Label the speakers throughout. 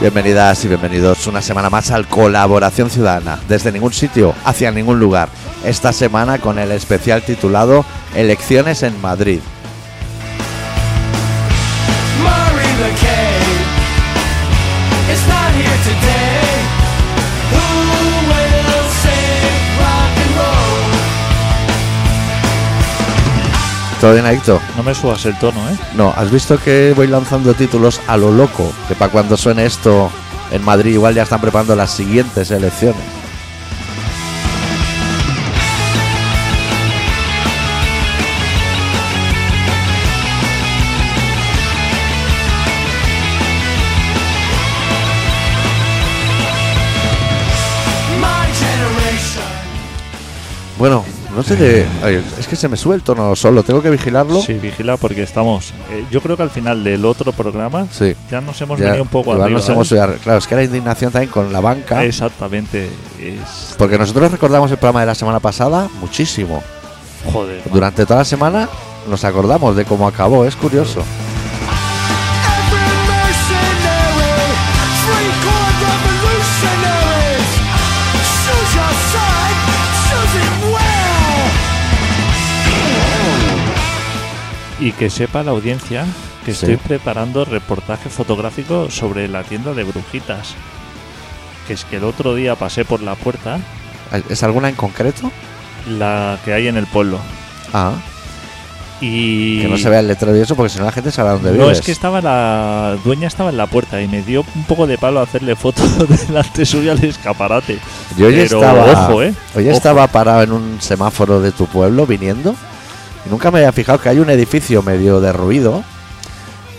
Speaker 1: Bienvenidas y bienvenidos una semana más al Colaboración Ciudadana, desde ningún sitio, hacia ningún lugar. Esta semana con el especial titulado Elecciones en Madrid.
Speaker 2: Maureen McKay is not here today. Who will save rock and roll?
Speaker 1: ¿Todo bien, Adicto?
Speaker 3: No me subas el tono, ¿eh?
Speaker 1: No, ¿has visto que voy lanzando títulos a lo loco? Que para cuando suene esto en Madrid igual ya están preparando las siguientes elecciones.
Speaker 2: My generation.
Speaker 1: Bueno, no sé qué... ay, Es que se me sube el tono solo, tengo que vigilarlo.
Speaker 3: Eh. Sí, vigila porque estamos. eh, yo creo que al final del otro programa
Speaker 1: Sí.
Speaker 3: ya nos hemos
Speaker 1: Ya,
Speaker 3: venido un poco
Speaker 1: igual
Speaker 3: arriba.
Speaker 1: nos hemos ¿eh?
Speaker 3: ¿eh?
Speaker 1: subido- Claro, es que era indignación también con la banca.
Speaker 3: Exactamente. Es...
Speaker 1: Porque nosotros recordamos el programa de la semana pasada muchísimo.
Speaker 3: Joder. macho.
Speaker 1: Durante toda la semana nos acordamos de cómo acabó, es curioso.
Speaker 2: Every mercenary, free corn revolutionaries. Choose your side, choose it well.
Speaker 3: Y que sepa la audiencia que
Speaker 1: Sí.
Speaker 3: estoy preparando reportaje fotográfico sobre la tienda de brujitas. Que es que el otro día pasé por la puerta,
Speaker 1: ¿Es alguna en concreto?
Speaker 3: la que hay en el pueblo.
Speaker 1: Ah,
Speaker 3: Y
Speaker 1: que no se vea el letrero y eso, porque si no la gente sabrá dónde
Speaker 3: No,
Speaker 1: vives.
Speaker 3: es que estaba la dueña estaba en la puerta y me dio un poco de palo hacerle fotos delante suya al escaparate.
Speaker 1: Yo hoy
Speaker 3: Pero
Speaker 1: estaba,
Speaker 3: ojo, ¿eh?
Speaker 1: hoy
Speaker 3: Ojo.
Speaker 1: estaba parado en un semáforo de tu pueblo viniendo y nunca me había fijado que hay un edificio medio derruido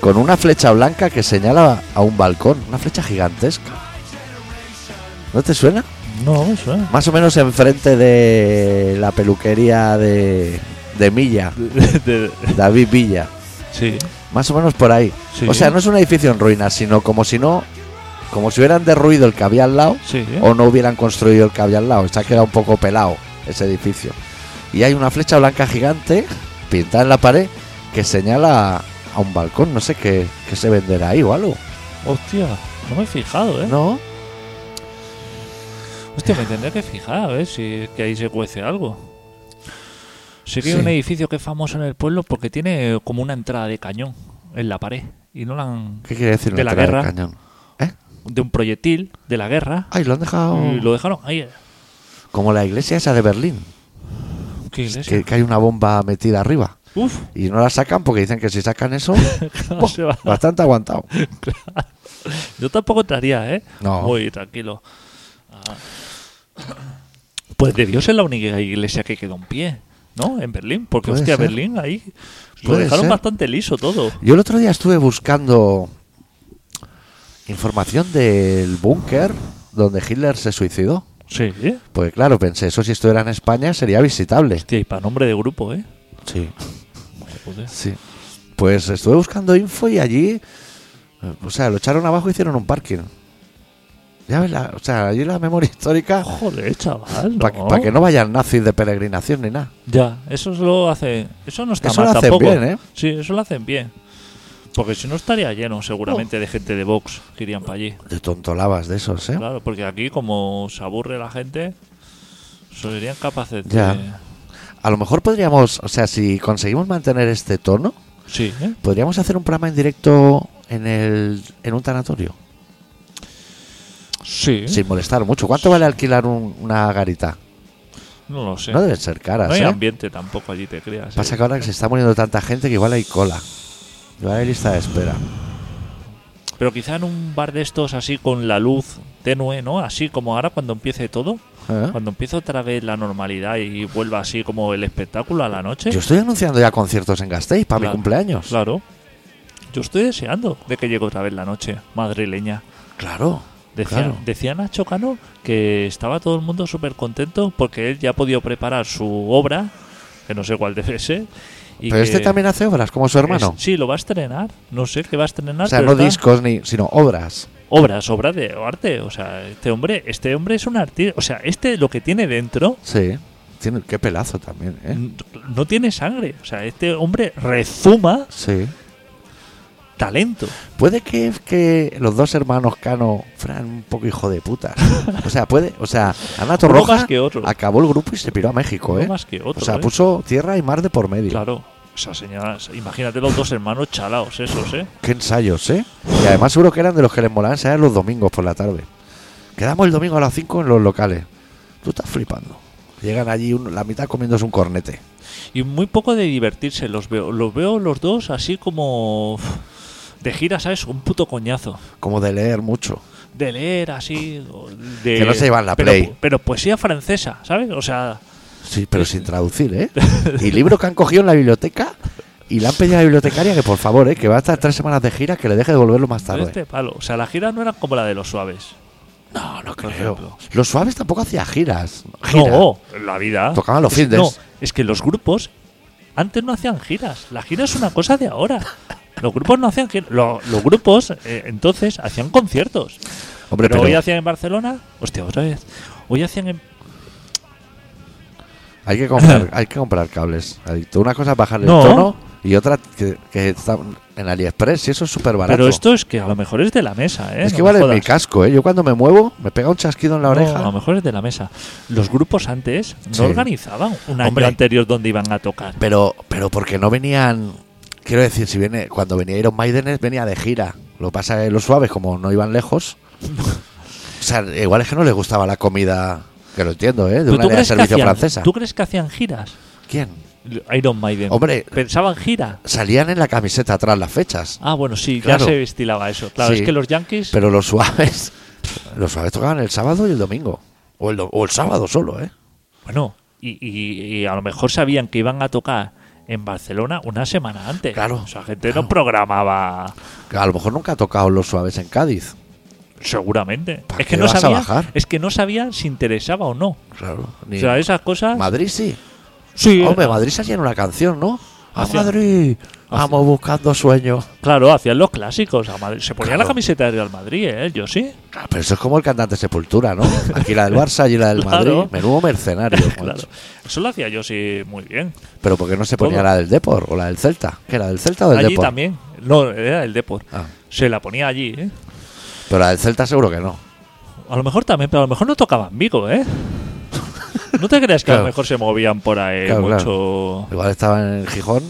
Speaker 1: con una flecha blanca que señala a un balcón, una flecha gigantesca. ¿No te suena?
Speaker 3: No, eso, ¿eh?
Speaker 1: Más o menos enfrente de la peluquería de, de Milla,
Speaker 3: De- de-
Speaker 1: David Villa.
Speaker 3: sí,
Speaker 1: Más o menos por ahí.
Speaker 3: Sí.
Speaker 1: O sea, no es un edificio en ruinas, sino como si no, como si hubieran derruido el que había al lado
Speaker 3: sí. ¿eh?
Speaker 1: o no hubieran construido el que había al lado. Se ha quedado un poco pelado ese edificio. Y hay una flecha blanca gigante pintada en la pared que señala a un balcón. No sé qué, qué se venderá ahí o algo.
Speaker 3: Hostia, no me he fijado, ¿eh?
Speaker 1: ¿No?
Speaker 3: Hostia, me tendré que fijar, a ver si es que ahí se cuece algo. Sí
Speaker 1: Sí.
Speaker 3: que hay un edificio que es famoso en el pueblo porque tiene como una entrada de cañón en la pared. Y no la han...
Speaker 1: ¿Qué quiere decir
Speaker 3: De la
Speaker 1: entrada
Speaker 3: guerra.
Speaker 1: cañón? ¿Eh?
Speaker 3: De un proyectil de la guerra.
Speaker 1: Ay, lo han dejado.
Speaker 3: Y lo dejaron ahí.
Speaker 1: Como la iglesia esa de Berlín,
Speaker 3: ¿Qué iglesia?
Speaker 1: que, que hay una bomba metida arriba.
Speaker 3: Uf,
Speaker 1: Y no la sacan porque dicen que si sacan eso,
Speaker 3: claro, se va.
Speaker 1: bastante aguantado.
Speaker 3: Yo tampoco entraría, ¿eh?
Speaker 1: No.
Speaker 3: Muy tranquilo. Ah. Pues debió ser la única iglesia que quedó en pie, ¿no? En Berlín. Porque,
Speaker 1: Puede
Speaker 3: hostia,
Speaker 1: ser.
Speaker 3: Berlín ahí lo
Speaker 1: Puede
Speaker 3: dejaron
Speaker 1: ser.
Speaker 3: bastante liso todo.
Speaker 1: Yo el otro día estuve buscando información del búnker donde Hitler se suicidó.
Speaker 3: Sí, ¿eh?
Speaker 1: Porque claro, pensé, eso si estuviera en España sería visitable.
Speaker 3: Hostia, y para nombre de grupo, ¿eh?
Speaker 1: Sí,
Speaker 3: Joder.
Speaker 1: sí. Pues estuve buscando info y allí, eh, o sea, lo echaron abajo y hicieron un parking. Ya ves, la- o sea, allí la memoria histórica,
Speaker 3: Joder, chaval.
Speaker 1: para
Speaker 3: no.
Speaker 1: que no vayan nazis de peregrinación ni nada.
Speaker 3: Ya, eso lo hace. Eso no está
Speaker 1: Eso
Speaker 3: mal
Speaker 1: lo hacen
Speaker 3: tampoco.
Speaker 1: bien, ¿eh?
Speaker 3: Sí, eso lo hacen bien. Porque si no estaría lleno
Speaker 1: Oh.
Speaker 3: seguramente de gente de Vox que irían para allí.
Speaker 1: De tontolabas de esos, ¿eh?
Speaker 3: Claro, porque aquí como se aburre la gente, serían capaces de...
Speaker 1: Ya. A lo mejor podríamos, o sea, si conseguimos mantener este tono,
Speaker 3: Sí, ¿eh?
Speaker 1: podríamos hacer un programa en directo en, el, en un tanatorio,
Speaker 3: Sí,
Speaker 1: sin molestar mucho. ¿Cuánto vale alquilar un- una garita?
Speaker 3: no lo sé.
Speaker 1: No deben ser caras,
Speaker 3: No hay
Speaker 1: ¿eh?
Speaker 3: ambiente tampoco allí, te creas. ¿eh?
Speaker 1: Pasa que ahora que se está muriendo tanta gente que igual hay cola. Igual hay lista de espera.
Speaker 3: Pero quizá en un bar de estos así con la luz tenue, ¿no? Así como ahora cuando empiece todo,
Speaker 1: ¿Eh?
Speaker 3: cuando empiece otra vez la normalidad y vuelva así como el espectáculo a la noche.
Speaker 1: Yo estoy anunciando ya conciertos en Gasteiz para mi
Speaker 3: Claro,
Speaker 1: cumpleaños.
Speaker 3: Claro. Yo estoy deseando de que llegue otra vez la noche madrileña.
Speaker 1: Claro.
Speaker 3: Decía,
Speaker 1: claro.
Speaker 3: decía Nacho Cano que estaba todo el mundo súper contento porque él ya ha podido preparar su obra, que no sé cuál debe ser. y
Speaker 1: Pero este
Speaker 3: que-
Speaker 1: también hace obras, como su hermano.
Speaker 3: Es- sí, lo va a estrenar. No sé qué va a estrenar.
Speaker 1: o sea,
Speaker 3: pero
Speaker 1: no
Speaker 3: está-
Speaker 1: discos ni, sino obras.
Speaker 3: Obras, obras de arte. O sea, este hombre, este hombre es un artista. O sea, este lo que tiene dentro
Speaker 1: Sí. Tiene qué pelazo también,
Speaker 3: Mm.
Speaker 1: ¿eh?
Speaker 3: n- no tiene sangre. O sea, este hombre rezuma
Speaker 1: Sí.
Speaker 3: talento.
Speaker 1: Puede que, que los dos hermanos Cano fueran un poco hijo de puta. O sea, puede, o sea, Anato
Speaker 3: Uno
Speaker 1: Roja
Speaker 3: más que otro.
Speaker 1: acabó el grupo y se piró a México,
Speaker 3: Uno
Speaker 1: ¿eh?
Speaker 3: más que otro.
Speaker 1: o sea,
Speaker 3: ¿eh?
Speaker 1: puso tierra y mar de por medio.
Speaker 3: Claro. Esas señoras, imagínate los dos hermanos chalaos esos, ¿eh?
Speaker 1: Qué ensayos, ¿eh? Y además seguro que eran de los que les molaban ensayar los domingos por la tarde. Quedamos el domingo a las 5 en los locales. Tú estás flipando. Llegan allí un- la mitad comiéndose un cornete.
Speaker 3: Y muy poco de divertirse, los veo. Los veo los dos así como uf, de gira, ¿sabes? Un puto coñazo.
Speaker 1: Como de leer mucho.
Speaker 3: De leer así. o de-
Speaker 1: Que no se llevan la
Speaker 3: pero,
Speaker 1: Play.
Speaker 3: Pero poesía francesa, ¿sabes? O sea,
Speaker 1: Sí, pero sin traducir, ¿eh? Y libros que han cogido en la biblioteca y le han pedido a la bibliotecaria que por favor, ¿eh? Que va a estar tres semanas de gira, que le deje devolverlo más
Speaker 3: de
Speaker 1: tarde.
Speaker 3: este palo. O sea, la gira no era como la de los suaves.
Speaker 1: No, no
Speaker 3: Por
Speaker 1: creo.
Speaker 3: ejemplo.
Speaker 1: Los suaves tampoco hacía giras. Gira.
Speaker 3: No, en la vida.
Speaker 1: Tocaban los
Speaker 3: Es-
Speaker 1: fitness.
Speaker 3: No, es que los grupos antes no hacían giras. La gira es una cosa de ahora. Los grupos no hacían giras. Lo- los grupos eh, entonces hacían conciertos.
Speaker 1: Hombre,
Speaker 3: Pero
Speaker 1: pero,
Speaker 3: hoy hacían en Barcelona. Hostia, otra vez. Hoy hacían en.
Speaker 1: hay, que comprar, hay que comprar cables. Adicto. Una cosa es bajarle
Speaker 3: No.
Speaker 1: el tono y otra que, que está en AliExpress y eso es súper barato.
Speaker 3: Pero esto es que a lo mejor es de la mesa, ¿eh?
Speaker 1: es que
Speaker 3: No me
Speaker 1: vale mi
Speaker 3: jodas.
Speaker 1: casco, ¿eh? Yo cuando me muevo me pega un chasquido en la
Speaker 3: No,
Speaker 1: oreja.
Speaker 3: a lo mejor es de la mesa. Los grupos antes no
Speaker 1: Sí.
Speaker 3: organizaban un año
Speaker 1: Hombre.
Speaker 3: anterior donde iban a tocar.
Speaker 1: Pero, pero porque no venían. Quiero decir, si viene, cuando venía Iron Maiden venía de gira. Lo que pasa es que los suaves, como no iban lejos. o sea, igual es que no les gustaba la comida. Que lo entiendo, ¿eh? De
Speaker 3: ¿Tú,
Speaker 1: una
Speaker 3: tú
Speaker 1: área de
Speaker 3: crees que
Speaker 1: servicio
Speaker 3: hacían-
Speaker 1: francesa.
Speaker 3: ¿Tú crees que hacían giras?
Speaker 1: ¿Quién?
Speaker 3: Iron Maiden.
Speaker 1: Hombre,
Speaker 3: Pensaban gira.
Speaker 1: salían en la camiseta atrás las fechas.
Speaker 3: Ah, bueno, sí,
Speaker 1: Claro.
Speaker 3: ya se estilaba eso. Claro,
Speaker 1: Sí.
Speaker 3: es que los Yankees.
Speaker 1: Pero los suaves. Los suaves tocaban el sábado y el domingo. O el, do- o el sábado solo, ¿eh?
Speaker 3: Bueno, y, y- y a lo mejor sabían que iban a tocar en Barcelona una semana antes.
Speaker 1: Claro,
Speaker 3: O sea, gente no programaba.
Speaker 1: Que A lo mejor nunca ha tocado los suaves en Cádiz.
Speaker 3: Seguramente.
Speaker 1: ¿Para
Speaker 3: Es que
Speaker 1: qué
Speaker 3: no
Speaker 1: vas a
Speaker 3: sabían.
Speaker 1: bajar?
Speaker 3: Es que no sabían si interesaba o no.
Speaker 1: Claro.
Speaker 3: O
Speaker 1: ni-
Speaker 3: sea, esas cosas.
Speaker 1: Madrid sí.
Speaker 3: Sí,
Speaker 1: Hombre, Madrid salía en una canción, ¿no? A
Speaker 3: Hacía-
Speaker 1: Madrid, vamos buscando sueños.
Speaker 3: claro, hacían los clásicos. a Madrid. Se ponía
Speaker 1: Claro.
Speaker 3: la camiseta de Real Madrid, ¿eh? Yo sí.
Speaker 1: Ah, Pero eso es como el cantante Sepultura, ¿no? Aquí la del Barça, allí la del
Speaker 3: Claro.
Speaker 1: Madrid. Menudo mercenario. macho.
Speaker 3: Claro. Eso lo hacía yo sí muy bien.
Speaker 1: Pero ¿por qué no se ponía
Speaker 3: Todo.
Speaker 1: la del Depor o la del Celta? ¿Qué, la del Celta o del
Speaker 3: allí
Speaker 1: Depor?
Speaker 3: también. No, era el Depor.
Speaker 1: Ah,
Speaker 3: Se la ponía allí, ¿eh?
Speaker 1: pero la del Celta seguro que no.
Speaker 3: A lo mejor también, pero a lo mejor no tocaban Vigo, ¿eh? ¿No te creas que a
Speaker 1: Claro.
Speaker 3: lo mejor se movían por ahí
Speaker 1: Claro, claro.
Speaker 3: mucho?
Speaker 1: Igual estaba en el Gijón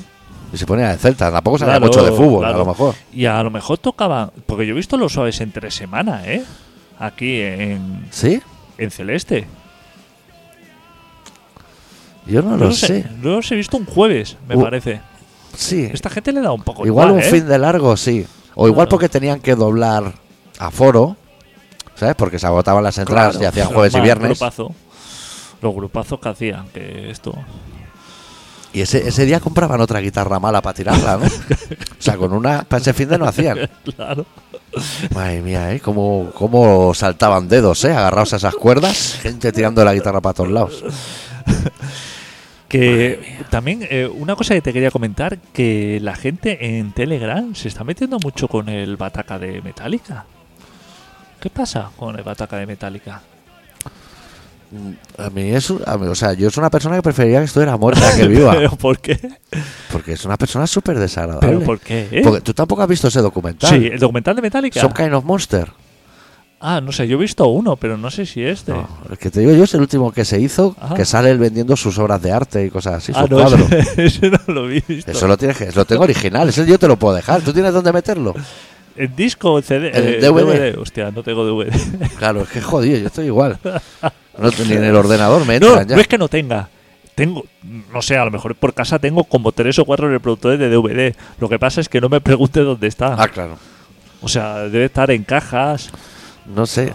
Speaker 1: y se ponía la del Celta. Tampoco sabía
Speaker 3: Claro,
Speaker 1: mucho de fútbol, a
Speaker 3: claro.
Speaker 1: lo mejor.
Speaker 3: Y a lo mejor tocaban, porque yo he visto los suaves entre semana, ¿eh? Aquí en,
Speaker 1: ¿Sí?
Speaker 3: en Celeste.
Speaker 1: Yo no
Speaker 3: Yo
Speaker 1: lo
Speaker 3: los he-
Speaker 1: sé.
Speaker 3: yo los he visto un jueves, me
Speaker 1: Uh.
Speaker 3: parece.
Speaker 1: Sí.
Speaker 3: Esta gente le da un poco
Speaker 1: Igual un
Speaker 3: igual, ¿eh?
Speaker 1: fin de largo, sí. O igual
Speaker 3: Claro.
Speaker 1: porque tenían que doblar a foro, ¿sabes? Porque se agotaban las entradas
Speaker 3: Claro,
Speaker 1: y hacían jueves y
Speaker 3: normal,
Speaker 1: viernes.
Speaker 3: grupazo. los grupazos que hacían, que esto.
Speaker 1: Y ese, ese día compraban otra guitarra mala para tirarla, ¿no? o sea, con una para ese fin de no hacían.
Speaker 3: Claro.
Speaker 1: Madre mía, ¿eh? Cómo, cómo saltaban dedos, ¿eh? Agarrados a esas cuerdas, gente tirando la guitarra para todos lados.
Speaker 3: Que también eh, una cosa que te quería comentar, que la gente en Telegram se está metiendo mucho con el bataca de Metallica. ¿Qué pasa con el bataca de Metallica?
Speaker 1: A mí es, un- a mí- o sea, yo es una persona que preferiría que estuviera muerta que viva,
Speaker 3: ¿Pero por qué?
Speaker 1: porque es una persona súper desagradable.
Speaker 3: ¿Pero por qué? eh?
Speaker 1: Porque tú tampoco has visto ese documental.
Speaker 3: sí, el documental de Metallica.
Speaker 1: Some Kind of Monster.
Speaker 3: Ah, no sé, yo he visto uno, pero no sé si este.
Speaker 1: No, el que te digo yo es el último que se hizo,
Speaker 3: Ajá.
Speaker 1: que sale él vendiendo sus obras de arte y cosas así,
Speaker 3: ah,
Speaker 1: sus
Speaker 3: no,
Speaker 1: cuadros.
Speaker 3: ese, ese no lo he visto.
Speaker 1: Eso lo tienes que- lo tengo original, eso yo te lo puedo dejar. ¿Tú tienes dónde meterlo?
Speaker 3: ¿El disco o el CD?
Speaker 1: El
Speaker 3: Eh,
Speaker 1: DVD.
Speaker 3: Hostia, no tengo DVD.
Speaker 1: Claro, es que jodido, yo estoy igual. No, ni en el ordenador me
Speaker 3: No,
Speaker 1: entran ya.
Speaker 3: no es que no tenga. Tengo, no sé, a lo mejor por casa tengo como tres o cuatro reproductores de DVD. Lo que pasa es que no me pregunte dónde está.
Speaker 1: Ah, claro.
Speaker 3: O sea, debe estar en cajas.
Speaker 1: No sé.
Speaker 3: ¿Eh?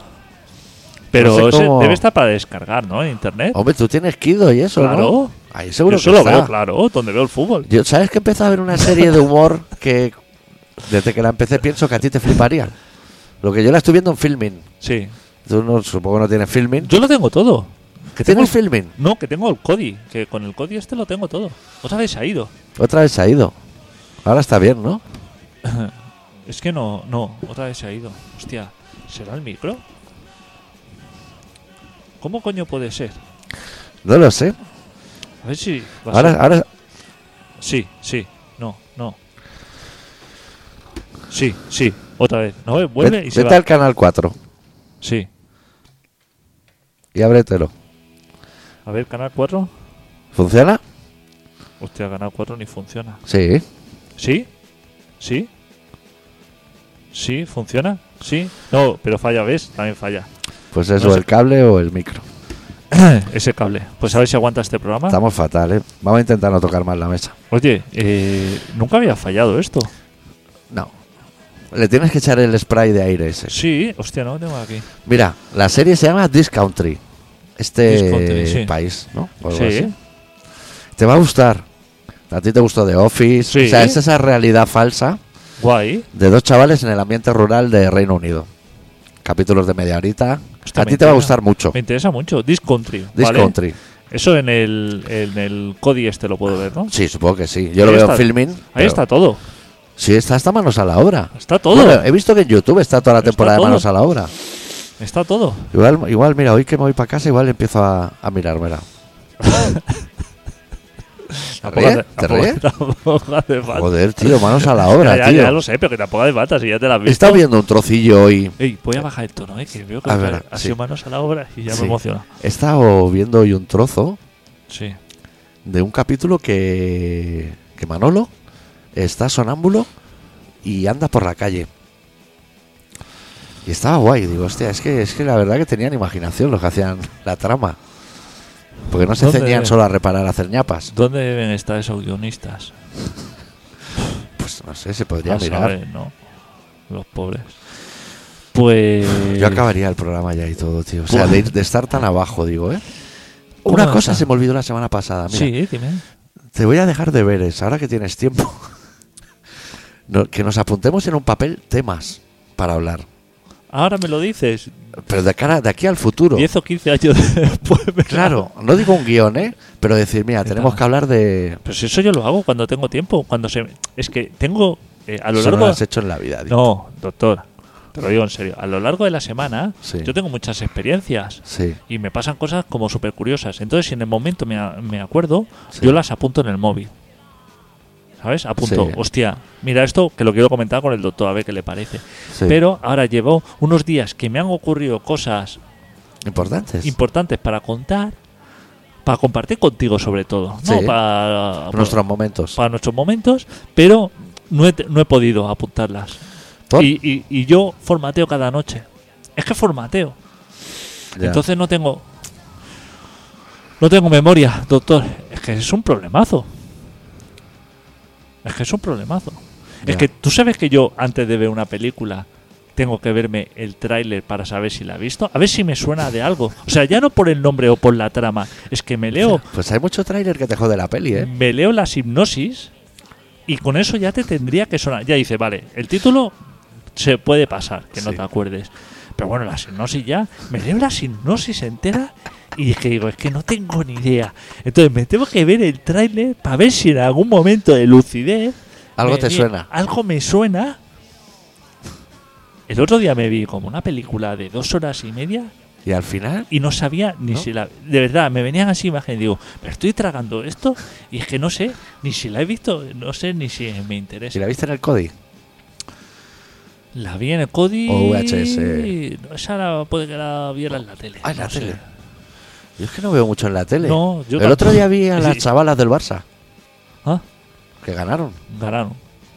Speaker 3: Pero
Speaker 1: No sé
Speaker 3: ese
Speaker 1: cómo-
Speaker 3: debe estar para descargar, ¿no? En internet.
Speaker 1: Hombre, tú tienes Kido y eso, ¿no?
Speaker 3: Claro.
Speaker 1: Ahí seguro
Speaker 3: Yo
Speaker 1: que
Speaker 3: solo
Speaker 1: está.
Speaker 3: veo, claro, donde veo el fútbol.
Speaker 1: Yo, ¿Sabes que empezó a ver una serie de humor que desde que la empecé pienso que a ti te fliparía? Lo que yo la estoy viendo en filming.
Speaker 3: Sí.
Speaker 1: Tú no, supongo no tienes filming.
Speaker 3: Yo lo tengo todo.
Speaker 1: ¿Qué
Speaker 3: tengo-
Speaker 1: tienes filming?
Speaker 3: No, que tengo el Cody. Que con el Cody este lo tengo todo. Otra vez se ha ido.
Speaker 1: Otra vez se ha ido. Ahora está bien, ¿no?
Speaker 3: Es que no, no, otra vez se ha ido. Hostia, ¿será el micro? ¿Cómo coño puede ser?
Speaker 1: No lo sé.
Speaker 3: A ver si. va a
Speaker 1: Ahora,
Speaker 3: ser.
Speaker 1: ahora
Speaker 3: Sí, sí. No, no. Sí, sí, otra vez. No, eh, vuelve
Speaker 1: Vete-
Speaker 3: y se
Speaker 1: vete
Speaker 3: va.
Speaker 1: al canal 4
Speaker 3: Sí.
Speaker 1: y ábretelo.
Speaker 3: A ver, canal 4.
Speaker 1: ¿Funciona?
Speaker 3: Hostia, canal 4 ni funciona.
Speaker 1: Sí.
Speaker 3: ¿Sí? ¿Sí? ¿Sí? ¿Funciona? ¿Sí? No, pero falla, ¿ves? También falla.
Speaker 1: Pues es
Speaker 3: No
Speaker 1: o
Speaker 3: sé.
Speaker 1: el cable o el micro.
Speaker 3: Ese cable. Pues a ver si aguanta este programa.
Speaker 1: Estamos fatal, ¿eh? Vamos a intentar no tocar más la mesa.
Speaker 3: Oye, eh, nunca había fallado esto.
Speaker 1: No. Le tienes que echar el spray de aire ese.
Speaker 3: Sí, hostia, no lo tengo aquí.
Speaker 1: Mira, la serie se llama This Country. Este
Speaker 3: This Country, sí.
Speaker 1: país, ¿no? O algo
Speaker 3: Sí,
Speaker 1: así. Te va a gustar. A ti te gustó The Office.
Speaker 3: Sí.
Speaker 1: O sea, es esa realidad falsa
Speaker 3: guay.
Speaker 1: de dos chavales en el ambiente rural de Reino Unido. Capítulos de media horita.
Speaker 3: Hostia,
Speaker 1: a
Speaker 3: me
Speaker 1: ti te va a
Speaker 3: interesa.
Speaker 1: gustar mucho.
Speaker 3: Me interesa mucho. This Country.
Speaker 1: This
Speaker 3: ¿vale?
Speaker 1: Country.
Speaker 3: Eso en el, en el Cody este lo puedo ver, ¿no?
Speaker 1: Sí, supongo que sí. Yo lo
Speaker 3: Ahí
Speaker 1: veo
Speaker 3: está-
Speaker 1: en filming.
Speaker 3: Ahí
Speaker 1: pero-
Speaker 3: está todo.
Speaker 1: Sí, está, está manos a la obra.
Speaker 3: Está todo.
Speaker 1: Bueno, eh, he visto que en YouTube está toda la
Speaker 3: Está
Speaker 1: temporada
Speaker 3: todo.
Speaker 1: de manos a la obra.
Speaker 3: Está todo.
Speaker 1: Igual, igual mira, hoy que me voy para casa, igual empiezo a, a mirármela. ¿Te ríes? ¿Te
Speaker 3: tampoco-
Speaker 1: ríes?
Speaker 3: tampoco hace falta.
Speaker 1: Joder, tío, manos a la obra,
Speaker 3: ya, ya,
Speaker 1: tío.
Speaker 3: ya lo sé, pero que tampoco hace falta si ya te la has
Speaker 1: He
Speaker 3: visto.
Speaker 1: estado viendo un trocillo hoy.
Speaker 3: Ey, voy a bajar el tono, eh, que veo que
Speaker 1: A
Speaker 3: me-
Speaker 1: ver,
Speaker 3: ha
Speaker 1: sí.
Speaker 3: sido manos a la obra y ya
Speaker 1: Sí.
Speaker 3: me emociona.
Speaker 1: He estado viendo hoy un trozo
Speaker 3: Sí.
Speaker 1: de un capítulo que, que Manolo está sonámbulo y anda por la calle. Y estaba guay, digo, hostia, es que, es que la verdad que tenían imaginación los que hacían la trama. Porque no se
Speaker 3: ¿Dónde?
Speaker 1: ceñían solo a reparar a hacer ñapas.
Speaker 3: ¿Dónde deben estar esos guionistas?
Speaker 1: Pues no sé, se podría
Speaker 3: A
Speaker 1: mirar.
Speaker 3: saber, ¿no? Los pobres. Pues.
Speaker 1: Yo acabaría el programa ya y todo, tío. O sea,
Speaker 3: Buah.
Speaker 1: de, ir- de estar tan abajo, digo, ¿eh?
Speaker 3: ¿Cómo
Speaker 1: Una
Speaker 3: no
Speaker 1: cosa
Speaker 3: está?
Speaker 1: se me olvidó la semana pasada. Ah, Mira,
Speaker 3: Sí, dime.
Speaker 1: te voy a dejar deberes ahora que tienes tiempo. No, que nos apuntemos en un papel temas para hablar.
Speaker 3: Ahora me lo dices.
Speaker 1: Pero de cara de aquí al futuro.
Speaker 3: 10 o 15 años después. me-
Speaker 1: Claro, no digo un guión, ¿eh? Pero decir, mira, tenemos
Speaker 3: tal?
Speaker 1: que hablar de.
Speaker 3: Pero si eso yo lo hago cuando tengo tiempo. cuando se Es que tengo. eh, a lo
Speaker 1: Eso no
Speaker 3: largo.
Speaker 1: lo has hecho en la vida. tío.
Speaker 3: No, doctor. Te lo digo en serio. A lo largo de la semana,
Speaker 1: Sí.
Speaker 3: yo tengo muchas experiencias.
Speaker 1: Sí.
Speaker 3: y me pasan cosas como súper curiosas. Entonces, si en el momento me, a- me acuerdo,
Speaker 1: Sí.
Speaker 3: yo las apunto en el móvil. ¿Sabes? Apunto,
Speaker 1: Sí.
Speaker 3: hostia, mira esto que lo quiero comentar con el doctor, a ver qué le parece.
Speaker 1: Sí.
Speaker 3: Pero ahora llevo unos días que me han ocurrido cosas
Speaker 1: Importantes.
Speaker 3: importantes para contar, para compartir contigo sobre todo, ¿no?
Speaker 1: Sí.
Speaker 3: Para,
Speaker 1: Nuestros momentos.
Speaker 3: para nuestros momentos, pero no he, no he podido apuntarlas.
Speaker 1: ¿Por?
Speaker 3: Y, y- y yo formateo cada noche. Es que formateo.
Speaker 1: Ya.
Speaker 3: Entonces no tengo. No tengo memoria, doctor. Es que es un problemazo. Es que es un problemazo. Es
Speaker 1: Ya.
Speaker 3: que tú sabes que yo, antes de ver una película, tengo que verme el tráiler para saber si la he visto. A ver si me suena de algo. O sea, ya no por el nombre o por la trama. Es que me leo, Mm.
Speaker 1: Pues hay mucho tráiler que te jode la peli, ¿eh?
Speaker 3: me leo las hipnosis y con eso ya te tendría que sonar. Ya dice, vale, el título se puede pasar, que no
Speaker 1: Sí.
Speaker 3: te acuerdes. Pero bueno, la hipnosis ya, me leo la hipnosis entera y es que digo, es que no tengo ni idea. Entonces me tengo que ver el tráiler para ver si en algún momento de lucidez...
Speaker 1: Algo
Speaker 3: me
Speaker 1: te
Speaker 3: vi-
Speaker 1: suena.
Speaker 3: Algo me suena. El otro día me vi como una película de dos horas y media
Speaker 1: Y al final.
Speaker 3: y no sabía ni
Speaker 1: ¿No?
Speaker 3: si la. De verdad, me venían así imágenes. Digo, me estoy tragando esto y es que no sé ni si la he visto, no sé ni si me
Speaker 1: Si
Speaker 3: interesa.
Speaker 1: la viste en el Cody.
Speaker 3: La vi en el Cody.
Speaker 1: O VHS.
Speaker 3: no, Esa la- puede que la viera en la tele.
Speaker 1: Ah, en la
Speaker 3: no sé.
Speaker 1: tele. Yo es que no veo mucho en la tele.
Speaker 3: No, yo
Speaker 1: el otro
Speaker 3: tampoco.
Speaker 1: día vi a las
Speaker 3: Sí.
Speaker 1: chavalas del Barça
Speaker 3: Ah,
Speaker 1: que ganaron
Speaker 3: ganaron.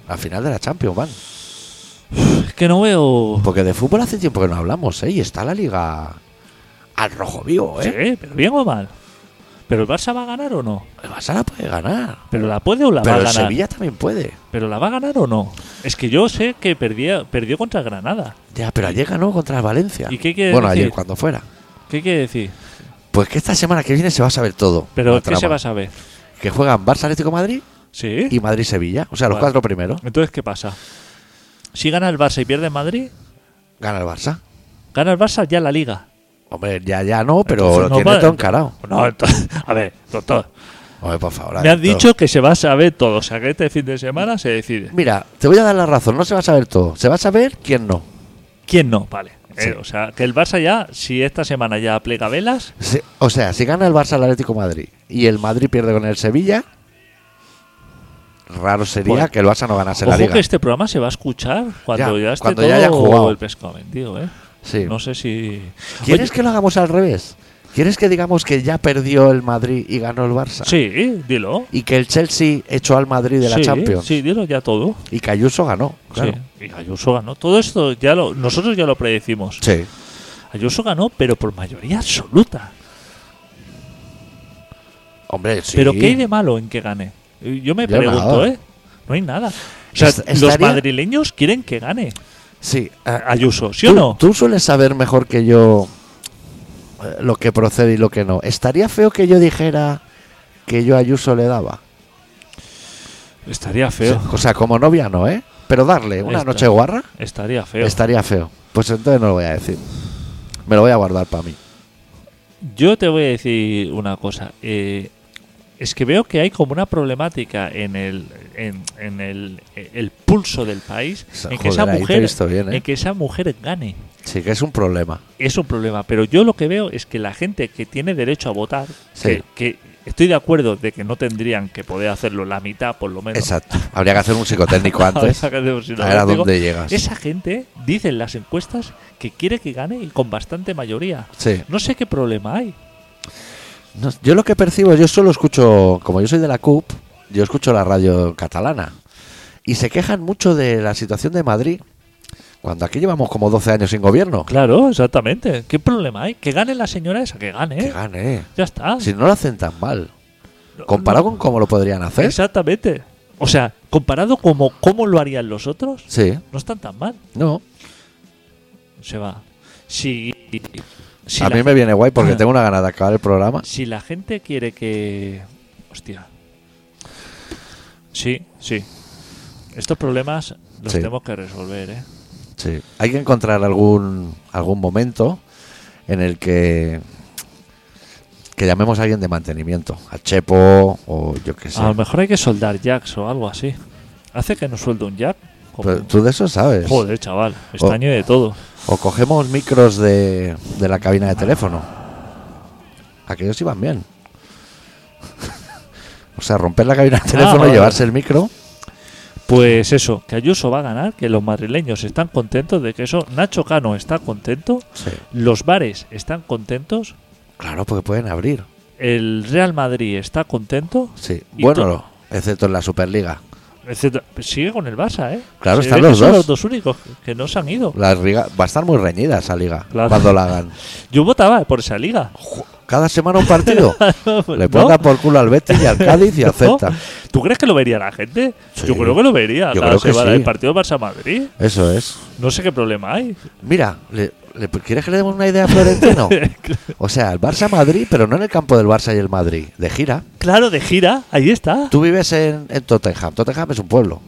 Speaker 1: la final de la Champions, van.
Speaker 3: Es que no veo.
Speaker 1: Porque de fútbol hace tiempo que no hablamos, ¿eh? Y está la liga al rojo vivo, ¿eh?
Speaker 3: Sí, pero bien o mal. ¿Pero el Barça va a ganar o no?
Speaker 1: El Barça la puede ganar.
Speaker 3: ¿Pero la puede o la
Speaker 1: Pero
Speaker 3: va a
Speaker 1: el
Speaker 3: ganar?
Speaker 1: Sevilla también puede.
Speaker 3: ¿Pero la va a ganar o no? Es que yo sé que perdió, perdió contra Granada.
Speaker 1: Ya, pero ayer ganó contra el Valencia.
Speaker 3: ¿Y qué quiere
Speaker 1: bueno,
Speaker 3: decir?
Speaker 1: ayer cuando fuera.
Speaker 3: ¿Qué quiere decir?
Speaker 1: Pues que esta semana que viene se va a saber todo.
Speaker 3: ¿Pero
Speaker 1: la
Speaker 3: qué se
Speaker 1: trama.
Speaker 3: va a saber?
Speaker 1: Que juegan Barça Atlético Madrid
Speaker 3: ¿Sí?
Speaker 1: y Madrid Sevilla. O sea, los
Speaker 3: Vale.
Speaker 1: cuatro primeros.
Speaker 3: Entonces, ¿qué pasa? Si gana el Barça y pierde el Madrid,
Speaker 1: Gana el Barça.
Speaker 3: gana el Barça ya la liga.
Speaker 1: Hombre, ya, ya no, pero
Speaker 3: Entonces
Speaker 1: lo
Speaker 3: no
Speaker 1: tiene
Speaker 3: vale.
Speaker 1: todo encarado.
Speaker 3: No, entonces- a ver, doctor.
Speaker 1: Hombre, por favor.
Speaker 3: Me han
Speaker 1: Alberto.
Speaker 3: dicho que se va a saber todo. O sea, que este fin de semana se decide.
Speaker 1: Mira, te voy a dar la razón. No se va a saber todo. Se va a saber quién no.
Speaker 3: ¿Quién no? Vale.
Speaker 1: Sí.
Speaker 3: Eh, o sea, que el Barça ya, si esta semana ya plega velas,
Speaker 1: Se- o sea, si gana el Barça al Atlético Madrid y el Madrid pierde con el Sevilla, raro sería
Speaker 3: Bueno.
Speaker 1: que el Barça no ganase la
Speaker 3: Ojo
Speaker 1: liga.
Speaker 3: que este programa se va a escuchar cuando
Speaker 1: Ya,
Speaker 3: ya, esté
Speaker 1: cuando
Speaker 3: todo
Speaker 1: ya hayan jugado.
Speaker 3: el pescado vendido, ¿eh?
Speaker 1: Sí.
Speaker 3: No sé si...
Speaker 1: ¿Quieres
Speaker 3: Oye,
Speaker 1: que lo hagamos al revés? ¿Quieres que digamos que ya perdió el Madrid y ganó el Barça?
Speaker 3: Sí, dilo.
Speaker 1: Y que el Chelsea echó al Madrid de la
Speaker 3: sí,
Speaker 1: Champions.
Speaker 3: Sí, dilo ya todo.
Speaker 1: Y que Ayuso ganó. Claro.
Speaker 3: Sí. Y Ayuso ganó. Todo esto ya lo, nosotros ya lo predecimos.
Speaker 1: Sí.
Speaker 3: Ayuso ganó, pero por mayoría absoluta.
Speaker 1: Hombre, sí.
Speaker 3: Pero ¿qué hay de malo en que gane? Eh, Yo me
Speaker 1: Yo
Speaker 3: pregunto,
Speaker 1: nada.
Speaker 3: ¿eh? No hay nada. O sea,
Speaker 1: Es-
Speaker 3: los
Speaker 1: estaría-
Speaker 3: madrileños quieren que gane
Speaker 1: Sí. eh,
Speaker 3: Ayuso, ¿sí o
Speaker 1: tú,
Speaker 3: no?
Speaker 1: tú sueles saber mejor que yo eh, lo que procede y lo que no. Estaría feo que yo dijera que yo a Ayuso le daba.
Speaker 3: Estaría feo.
Speaker 1: O sea, como novia no, ¿eh? Pero darle una
Speaker 3: Esta-
Speaker 1: noche guarra
Speaker 3: Estaría feo.
Speaker 1: estaría feo. Pues entonces no lo voy a decir. Me lo voy a guardar para mí.
Speaker 3: Yo te voy a decir una cosa. eh, es que veo que hay como una problemática en el, en, en el, el pulso del país
Speaker 1: Sa-
Speaker 3: en que,
Speaker 1: joder,
Speaker 3: esa
Speaker 1: ahí te he
Speaker 3: mujer,
Speaker 1: visto bien, ¿eh?
Speaker 3: en que esa mujer gane.
Speaker 1: Sí, que es un problema.
Speaker 3: Es un problema. Pero yo lo que veo es que la gente que tiene derecho a votar,
Speaker 1: Sí.
Speaker 3: que, que estoy de acuerdo de que no tendrían que poder hacerlo la mitad por lo menos.
Speaker 1: Exacto. Habría que hacer un psicotécnico antes.
Speaker 3: Ahora que hacemos
Speaker 1: A ver a
Speaker 3: digo,
Speaker 1: dónde llegas.
Speaker 3: Esa gente dice en las encuestas que quiere que gane y con bastante mayoría.
Speaker 1: Sí.
Speaker 3: No sé qué problema hay.
Speaker 1: No, yo lo que percibo, yo solo escucho, como yo soy de la CUP, yo escucho la radio catalana. Y se quejan mucho de la situación de Madrid, cuando aquí llevamos como 12 años sin gobierno.
Speaker 3: Claro, exactamente. ¿Qué problema hay? Que gane la señora esa, que gane.
Speaker 1: Que gane, eh.
Speaker 3: Ya está.
Speaker 1: Si no lo hacen tan mal.
Speaker 3: No,
Speaker 1: Comparado con cómo lo podrían
Speaker 3: no,
Speaker 1: hacer.
Speaker 3: Exactamente. O sea, comparado como cómo lo harían los otros,
Speaker 1: Sí,
Speaker 3: no están tan mal.
Speaker 1: no.
Speaker 3: Se va. Si, si
Speaker 1: a
Speaker 3: la Ah.
Speaker 1: mí me
Speaker 3: gen-
Speaker 1: viene guay porque tengo una gana de acabar el programa.
Speaker 3: Si la gente quiere que... Hostia. Sí, sí. Estos problemas los
Speaker 1: Sí.
Speaker 3: tenemos que resolver, ¿eh?
Speaker 1: Sí. Hay que encontrar algún, algún momento en el que que llamemos a alguien de mantenimiento, a Chepo o yo qué sé.
Speaker 3: A lo mejor hay que soldar jacks o algo así. Hace que nos suelde un jack. Como-
Speaker 1: Pero Pues tú de eso sabes.
Speaker 3: Joder, chaval. Estaño de todo.
Speaker 1: O cogemos micros de, de la cabina de teléfono. Aquellos iban bien. o sea, romper la cabina de teléfono,
Speaker 3: Ah, vale.
Speaker 1: llevarse el micro.
Speaker 3: Pues eso, que Ayuso va a ganar, que los madrileños están contentos de que eso, Nacho Cano está contento,
Speaker 1: Sí.
Speaker 3: los bares están contentos,
Speaker 1: Claro, porque pueden abrir.
Speaker 3: el Real Madrid está contento,
Speaker 1: Sí.
Speaker 3: Y
Speaker 1: Bueno,
Speaker 3: to-
Speaker 1: no, excepto en la Superliga.
Speaker 3: etcétera. Sigue con el Barça, ¿eh?
Speaker 1: Claro,
Speaker 3: Se
Speaker 1: están
Speaker 3: ve que
Speaker 1: los
Speaker 3: son
Speaker 1: dos.
Speaker 3: los dos únicos que no se han ido.
Speaker 1: La liga, va a estar muy reñida esa liga
Speaker 3: Claro.
Speaker 1: cuando la hagan.
Speaker 3: Yo votaba por esa liga.
Speaker 1: Cada semana un partido. Le
Speaker 3: ¿No?
Speaker 1: ponga por culo al Betis y al Cádiz y al Celta.
Speaker 3: ¿No? ¿Tú crees que lo vería la gente?
Speaker 1: Sí.
Speaker 3: Yo creo que lo vería.
Speaker 1: Yo
Speaker 3: cada
Speaker 1: creo que
Speaker 3: semana,
Speaker 1: sí.
Speaker 3: El partido Barça-Madrid.
Speaker 1: Eso es.
Speaker 3: No sé qué problema hay.
Speaker 1: Mira, le- le- ¿quieres que le demos una idea a Florentino? O sea, el Barça-Madrid, pero no en el campo del Barça y el Madrid, de gira.
Speaker 3: claro, de gira, ahí está.
Speaker 1: Tú vives en, en Tottenham. Tottenham es un pueblo.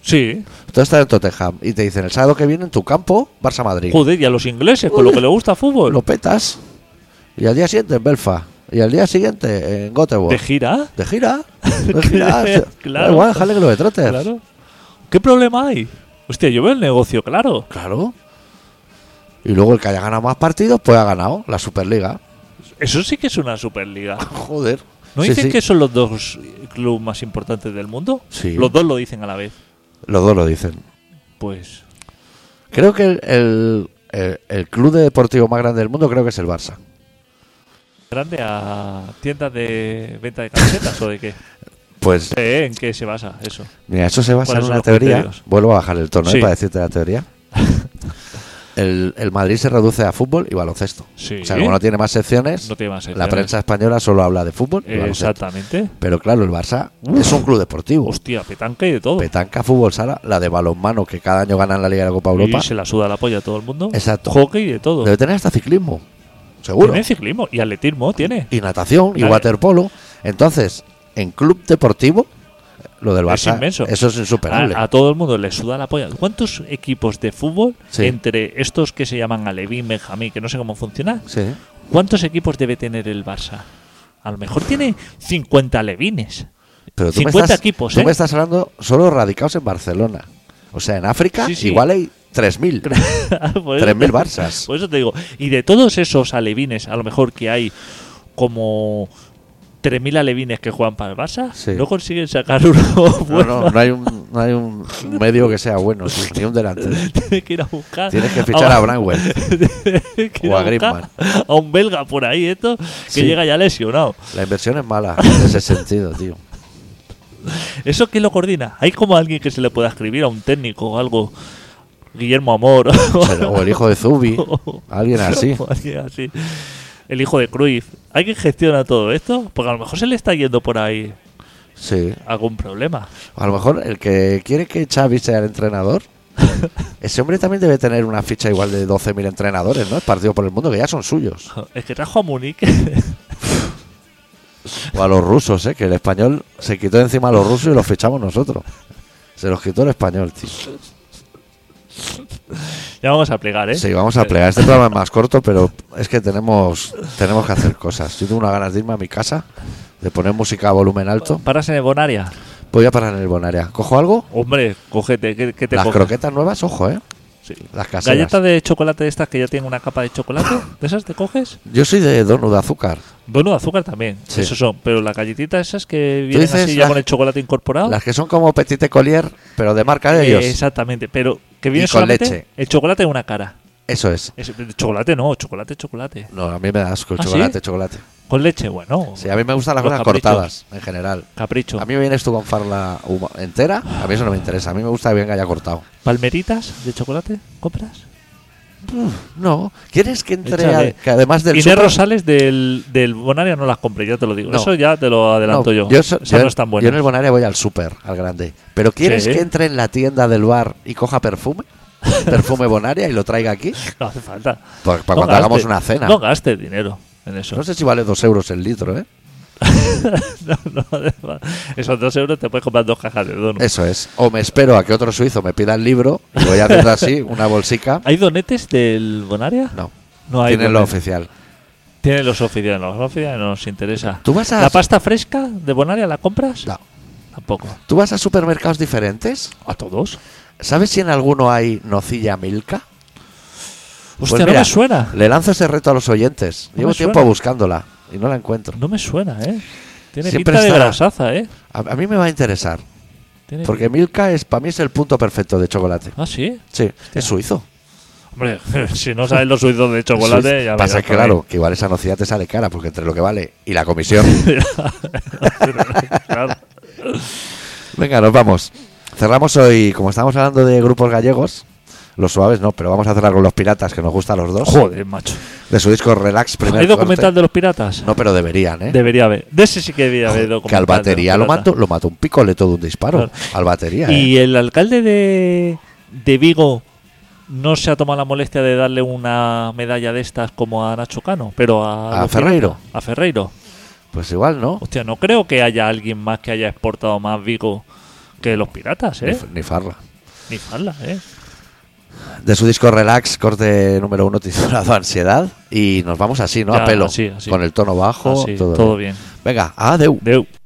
Speaker 3: Sí.
Speaker 1: Tú estás en Tottenham y te dicen el sábado que viene en tu campo, Barça Madrid.
Speaker 3: Joder, y a los ingleses, con lo que le gusta fútbol.
Speaker 1: Lo petas. Y al día siguiente en Belfast. Y al día siguiente en Göteborg.
Speaker 3: ¿De gira?
Speaker 1: De gira. De gira.
Speaker 3: Claro.
Speaker 1: Da Igual, déjale que lo detrotes.
Speaker 3: Claro. ¿Qué problema hay? Hostia, yo veo el negocio, claro.
Speaker 1: Claro. Y luego el que haya ganado más partidos, pues ha ganado la Superliga.
Speaker 3: Eso sí que es una superliga.
Speaker 1: Joder.
Speaker 3: ¿No
Speaker 1: Sí,
Speaker 3: dicen
Speaker 1: sí.
Speaker 3: que son los dos clubes más importantes del mundo?
Speaker 1: Sí.
Speaker 3: Los dos lo dicen a la vez.
Speaker 1: Los dos lo dicen.
Speaker 3: Pues
Speaker 1: Creo que el, el- el- el club de deportivo más grande del mundo creo que es el Barça.
Speaker 3: grande a tiendas de venta de camisetas o de qué.
Speaker 1: Pues
Speaker 3: Eh, ¿En qué se basa eso?
Speaker 1: Mira, eso se basa en
Speaker 3: ¿Cuáles son
Speaker 1: una
Speaker 3: los
Speaker 1: teoría.
Speaker 3: criterios?
Speaker 1: Vuelvo a bajar el tono ¿eh?
Speaker 3: Sí.
Speaker 1: para decirte la teoría. El, el Madrid se reduce a fútbol y baloncesto.
Speaker 3: Sí.
Speaker 1: O sea, como no tiene más secciones,
Speaker 3: No tiene más
Speaker 1: la
Speaker 3: secciones.
Speaker 1: prensa española solo habla de fútbol y
Speaker 3: Eh,
Speaker 1: baloncesto.
Speaker 3: exactamente.
Speaker 1: Pero claro, el Barça es un club deportivo.
Speaker 3: Hostia, petanca y de todo.
Speaker 1: Petanca, fútbol sala, la de balonmano que cada año ganan la Liga de la Copa Europa.
Speaker 3: Y se la suda la polla a todo el mundo.
Speaker 1: Exacto.
Speaker 3: Hockey y de todo.
Speaker 1: Debe tener hasta ciclismo, seguro.
Speaker 3: Tiene ciclismo y atletismo, tiene.
Speaker 1: Y natación y
Speaker 3: Vale.
Speaker 1: waterpolo. Entonces, en club deportivo, lo del
Speaker 3: Es
Speaker 1: Barça,
Speaker 3: inmenso.
Speaker 1: eso es insuperable.
Speaker 3: A, a todo el mundo le suda la polla. ¿Cuántos equipos de fútbol,
Speaker 1: Sí.
Speaker 3: entre estos que se llaman Alevín, Benjamín, que no sé cómo funciona,
Speaker 1: Sí.
Speaker 3: cuántos equipos debe tener el Barça? A lo mejor tiene 50 alevines.
Speaker 1: Pero tú
Speaker 3: 50
Speaker 1: me estás,
Speaker 3: equipos,
Speaker 1: tú
Speaker 3: ¿eh?
Speaker 1: me estás hablando solo radicados en Barcelona. O sea, en África
Speaker 3: Sí, Pues- sí.
Speaker 1: igual hay 3.000.
Speaker 3: Por eso-
Speaker 1: 3.000 Barças.
Speaker 3: Por eso te digo. Y de todos esos alevines, a lo mejor que hay como 3.000 alevines que juegan para el Barça,
Speaker 1: Sí.
Speaker 3: no consiguen sacar uno
Speaker 1: No,
Speaker 3: Pues bueno.
Speaker 1: no, no hay un, no hay un medio que sea bueno, sí, ni un delantero.
Speaker 3: Tienes que ir a buscar.
Speaker 1: Tienes que fichar
Speaker 3: Ah,
Speaker 1: a Bramwell.
Speaker 3: tienes que ir
Speaker 1: o a
Speaker 3: buscar
Speaker 1: Griezmann.
Speaker 3: a un belga por ahí, esto, que
Speaker 1: Sí.
Speaker 3: llega ya lesionado.
Speaker 1: La inversión es mala en ese sentido, tío.
Speaker 3: ¿Eso quién lo coordina? ¿Hay como alguien que se le pueda escribir a un técnico o algo? Guillermo Amor.
Speaker 1: O sea, O el hijo de Zubi, alguien así.
Speaker 3: O alguien así. El hijo de Cruyff. ¿Alguien gestiona todo esto? Porque a lo mejor se le está yendo por ahí
Speaker 1: Sí.
Speaker 3: algún problema.
Speaker 1: A lo mejor el que quiere que Xavi sea el entrenador, ese hombre también debe tener una ficha igual de 12.000 entrenadores, ¿no? Partidos por el mundo que ya son suyos.
Speaker 3: Es que trajo a Múnich.
Speaker 1: O a los rusos, ¿eh? Que el español se quitó de encima a los rusos y los fichamos nosotros. Se los quitó el español, tío.
Speaker 3: ya vamos a plegar, ¿eh?
Speaker 1: Sí, vamos a plegar. Este programa es más corto, pero es que tenemos, tenemos que hacer cosas. Yo tengo unas ganas de irme a mi casa, de poner música a volumen alto.
Speaker 3: ¿Paras en el Bonaria?
Speaker 1: Voy a parar en el Bonaria. ¿Cojo algo?
Speaker 3: Hombre, cógete. ¿Qué, qué te
Speaker 1: Las
Speaker 3: coges?
Speaker 1: croquetas nuevas, ojo, ¿eh?
Speaker 3: Sí.
Speaker 1: Las caseras.
Speaker 3: Galletas de chocolate estas que ya tienen una capa de chocolate. ¿De esas te coges?
Speaker 1: Yo soy de donut de azúcar.
Speaker 3: Bueno, de azúcar también.
Speaker 1: Sí.
Speaker 3: Eso son. Pero las galletitas esas que vienen
Speaker 1: dices
Speaker 3: así ya
Speaker 1: las-
Speaker 3: con el chocolate incorporado.
Speaker 1: Las que son como Petite Collier, pero de marca de
Speaker 3: Eh,
Speaker 1: ellos.
Speaker 3: exactamente, pero que
Speaker 1: Y
Speaker 3: viene
Speaker 1: con
Speaker 3: solamente
Speaker 1: leche.
Speaker 3: el chocolate en una cara.
Speaker 1: Eso es.
Speaker 3: Es- eh, chocolate no, chocolate, chocolate.
Speaker 1: No, a mí me da asco el
Speaker 3: ¿Ah,
Speaker 1: chocolate,
Speaker 3: sí?
Speaker 1: chocolate.
Speaker 3: Con leche, bueno,
Speaker 1: Sí, a mí me gustan las
Speaker 3: Los
Speaker 1: cosas
Speaker 3: caprichos.
Speaker 1: cortadas, en general.
Speaker 3: capricho.
Speaker 1: A mí me vienes tú con farla huma- entera, a mí eso no me interesa. A mí me gusta que venga ya cortado.
Speaker 3: ¿Palmeritas de chocolate compras?
Speaker 1: No, ¿quieres que entre
Speaker 3: Échale.
Speaker 1: a- que además del
Speaker 3: Inés
Speaker 1: súper-
Speaker 3: Rosales del, del Bonaria no las compré, ya te lo digo.
Speaker 1: No.
Speaker 3: Eso ya te lo adelanto
Speaker 1: No,
Speaker 3: yo.
Speaker 1: so-
Speaker 3: Esas
Speaker 1: yo-
Speaker 3: no están
Speaker 1: yo
Speaker 3: buenas.
Speaker 1: en el Bonaria voy al súper, al grande. Pero ¿quieres
Speaker 3: Sí.
Speaker 1: que entre en la tienda del bar y coja perfume? Perfume Bonaria y lo traiga aquí.
Speaker 3: No hace falta.
Speaker 1: Para, para
Speaker 3: No
Speaker 1: cuando hagamos
Speaker 3: gastes-
Speaker 1: una cena.
Speaker 3: No gastes dinero en eso.
Speaker 1: No sé si vale dos euros el litro, ¿eh?
Speaker 3: No, no hace falta. Esos dos euros te puedes comprar dos cajas de donuts.
Speaker 1: Eso es. O me espero a que otro suizo me pida el libro y voy haciendo así una bolsica.
Speaker 3: ¿Hay donetes del Bonaria?
Speaker 1: No,
Speaker 3: No hay
Speaker 1: tienen lo
Speaker 3: donetes.
Speaker 1: oficial.
Speaker 3: Tienen los oficiales, los oficiales no nos interesa.
Speaker 1: ¿Tú vas a-
Speaker 3: ¿La pasta fresca de Bonaria la compras?
Speaker 1: No.
Speaker 3: Tampoco.
Speaker 1: ¿Tú vas a supermercados diferentes?
Speaker 3: ¿A todos?
Speaker 1: ¿Sabes si en alguno hay nocilla milka?
Speaker 3: Hostia,
Speaker 1: Pues
Speaker 3: no
Speaker 1: mira,
Speaker 3: me suena.
Speaker 1: Le lanzo ese reto a los oyentes.
Speaker 3: No
Speaker 1: Llevo
Speaker 3: me
Speaker 1: tiempo
Speaker 3: suena.
Speaker 1: buscándola y no la encuentro.
Speaker 3: No me suena, ¿eh? Tiene
Speaker 1: Siempre
Speaker 3: pinta de
Speaker 1: está-
Speaker 3: grasaza, ¿eh?
Speaker 1: A, a mí me va a interesar.
Speaker 3: Tiene-
Speaker 1: Porque milka es para mí es el punto perfecto de chocolate.
Speaker 3: Ah, sí.
Speaker 1: Sí, es suizo.
Speaker 3: Hombre, si no sabes los suizos de chocolate,
Speaker 1: Sí,
Speaker 3: ya
Speaker 1: Pasa
Speaker 3: verás
Speaker 1: que,
Speaker 3: por ahí.
Speaker 1: claro, que igual esa nocilla te sale cara, porque entre lo que vale y la comisión.
Speaker 3: Claro.
Speaker 1: Venga, nos vamos. Cerramos hoy, como estamos hablando de grupos gallegos, los suaves no, pero vamos a cerrar con los piratas, que nos gusta a los dos.
Speaker 3: Joder, macho.
Speaker 1: De su disco Relax, primer
Speaker 3: ¿Hay documental
Speaker 1: corte.
Speaker 3: de los piratas?
Speaker 1: No, pero deberían, ¿eh?
Speaker 3: Debería haber. De ese sí que debía haber
Speaker 1: que al
Speaker 3: documental. de los
Speaker 1: batería lo
Speaker 3: piratas.
Speaker 1: mató, lo mató un picoleto de un disparo.
Speaker 3: Claro.
Speaker 1: Al batería, ¿eh?
Speaker 3: ¿Y el alcalde de, de Vigo no se ha tomado la molestia de darle una medalla de estas como a Nacho Cano? Pero a,
Speaker 1: A
Speaker 3: los
Speaker 1: Ferreiro.
Speaker 3: piratas? A Ferreiro.
Speaker 1: Pues igual, ¿no?
Speaker 3: Hostia, no creo que haya alguien más que haya exportado más Vigo que los piratas,
Speaker 1: Ni
Speaker 3: ¿eh?
Speaker 1: f- Ni, farla.
Speaker 3: Ni falda, ¿eh?
Speaker 1: De su disco Relax, corte número uno titulado Ansiedad. Y nos vamos así, ¿no?
Speaker 3: Ya,
Speaker 1: a pelo.
Speaker 3: así, así.
Speaker 1: Con el tono bajo,
Speaker 3: Así,
Speaker 1: todo.
Speaker 3: todo bien.
Speaker 1: Venga, adeu.
Speaker 3: Deu.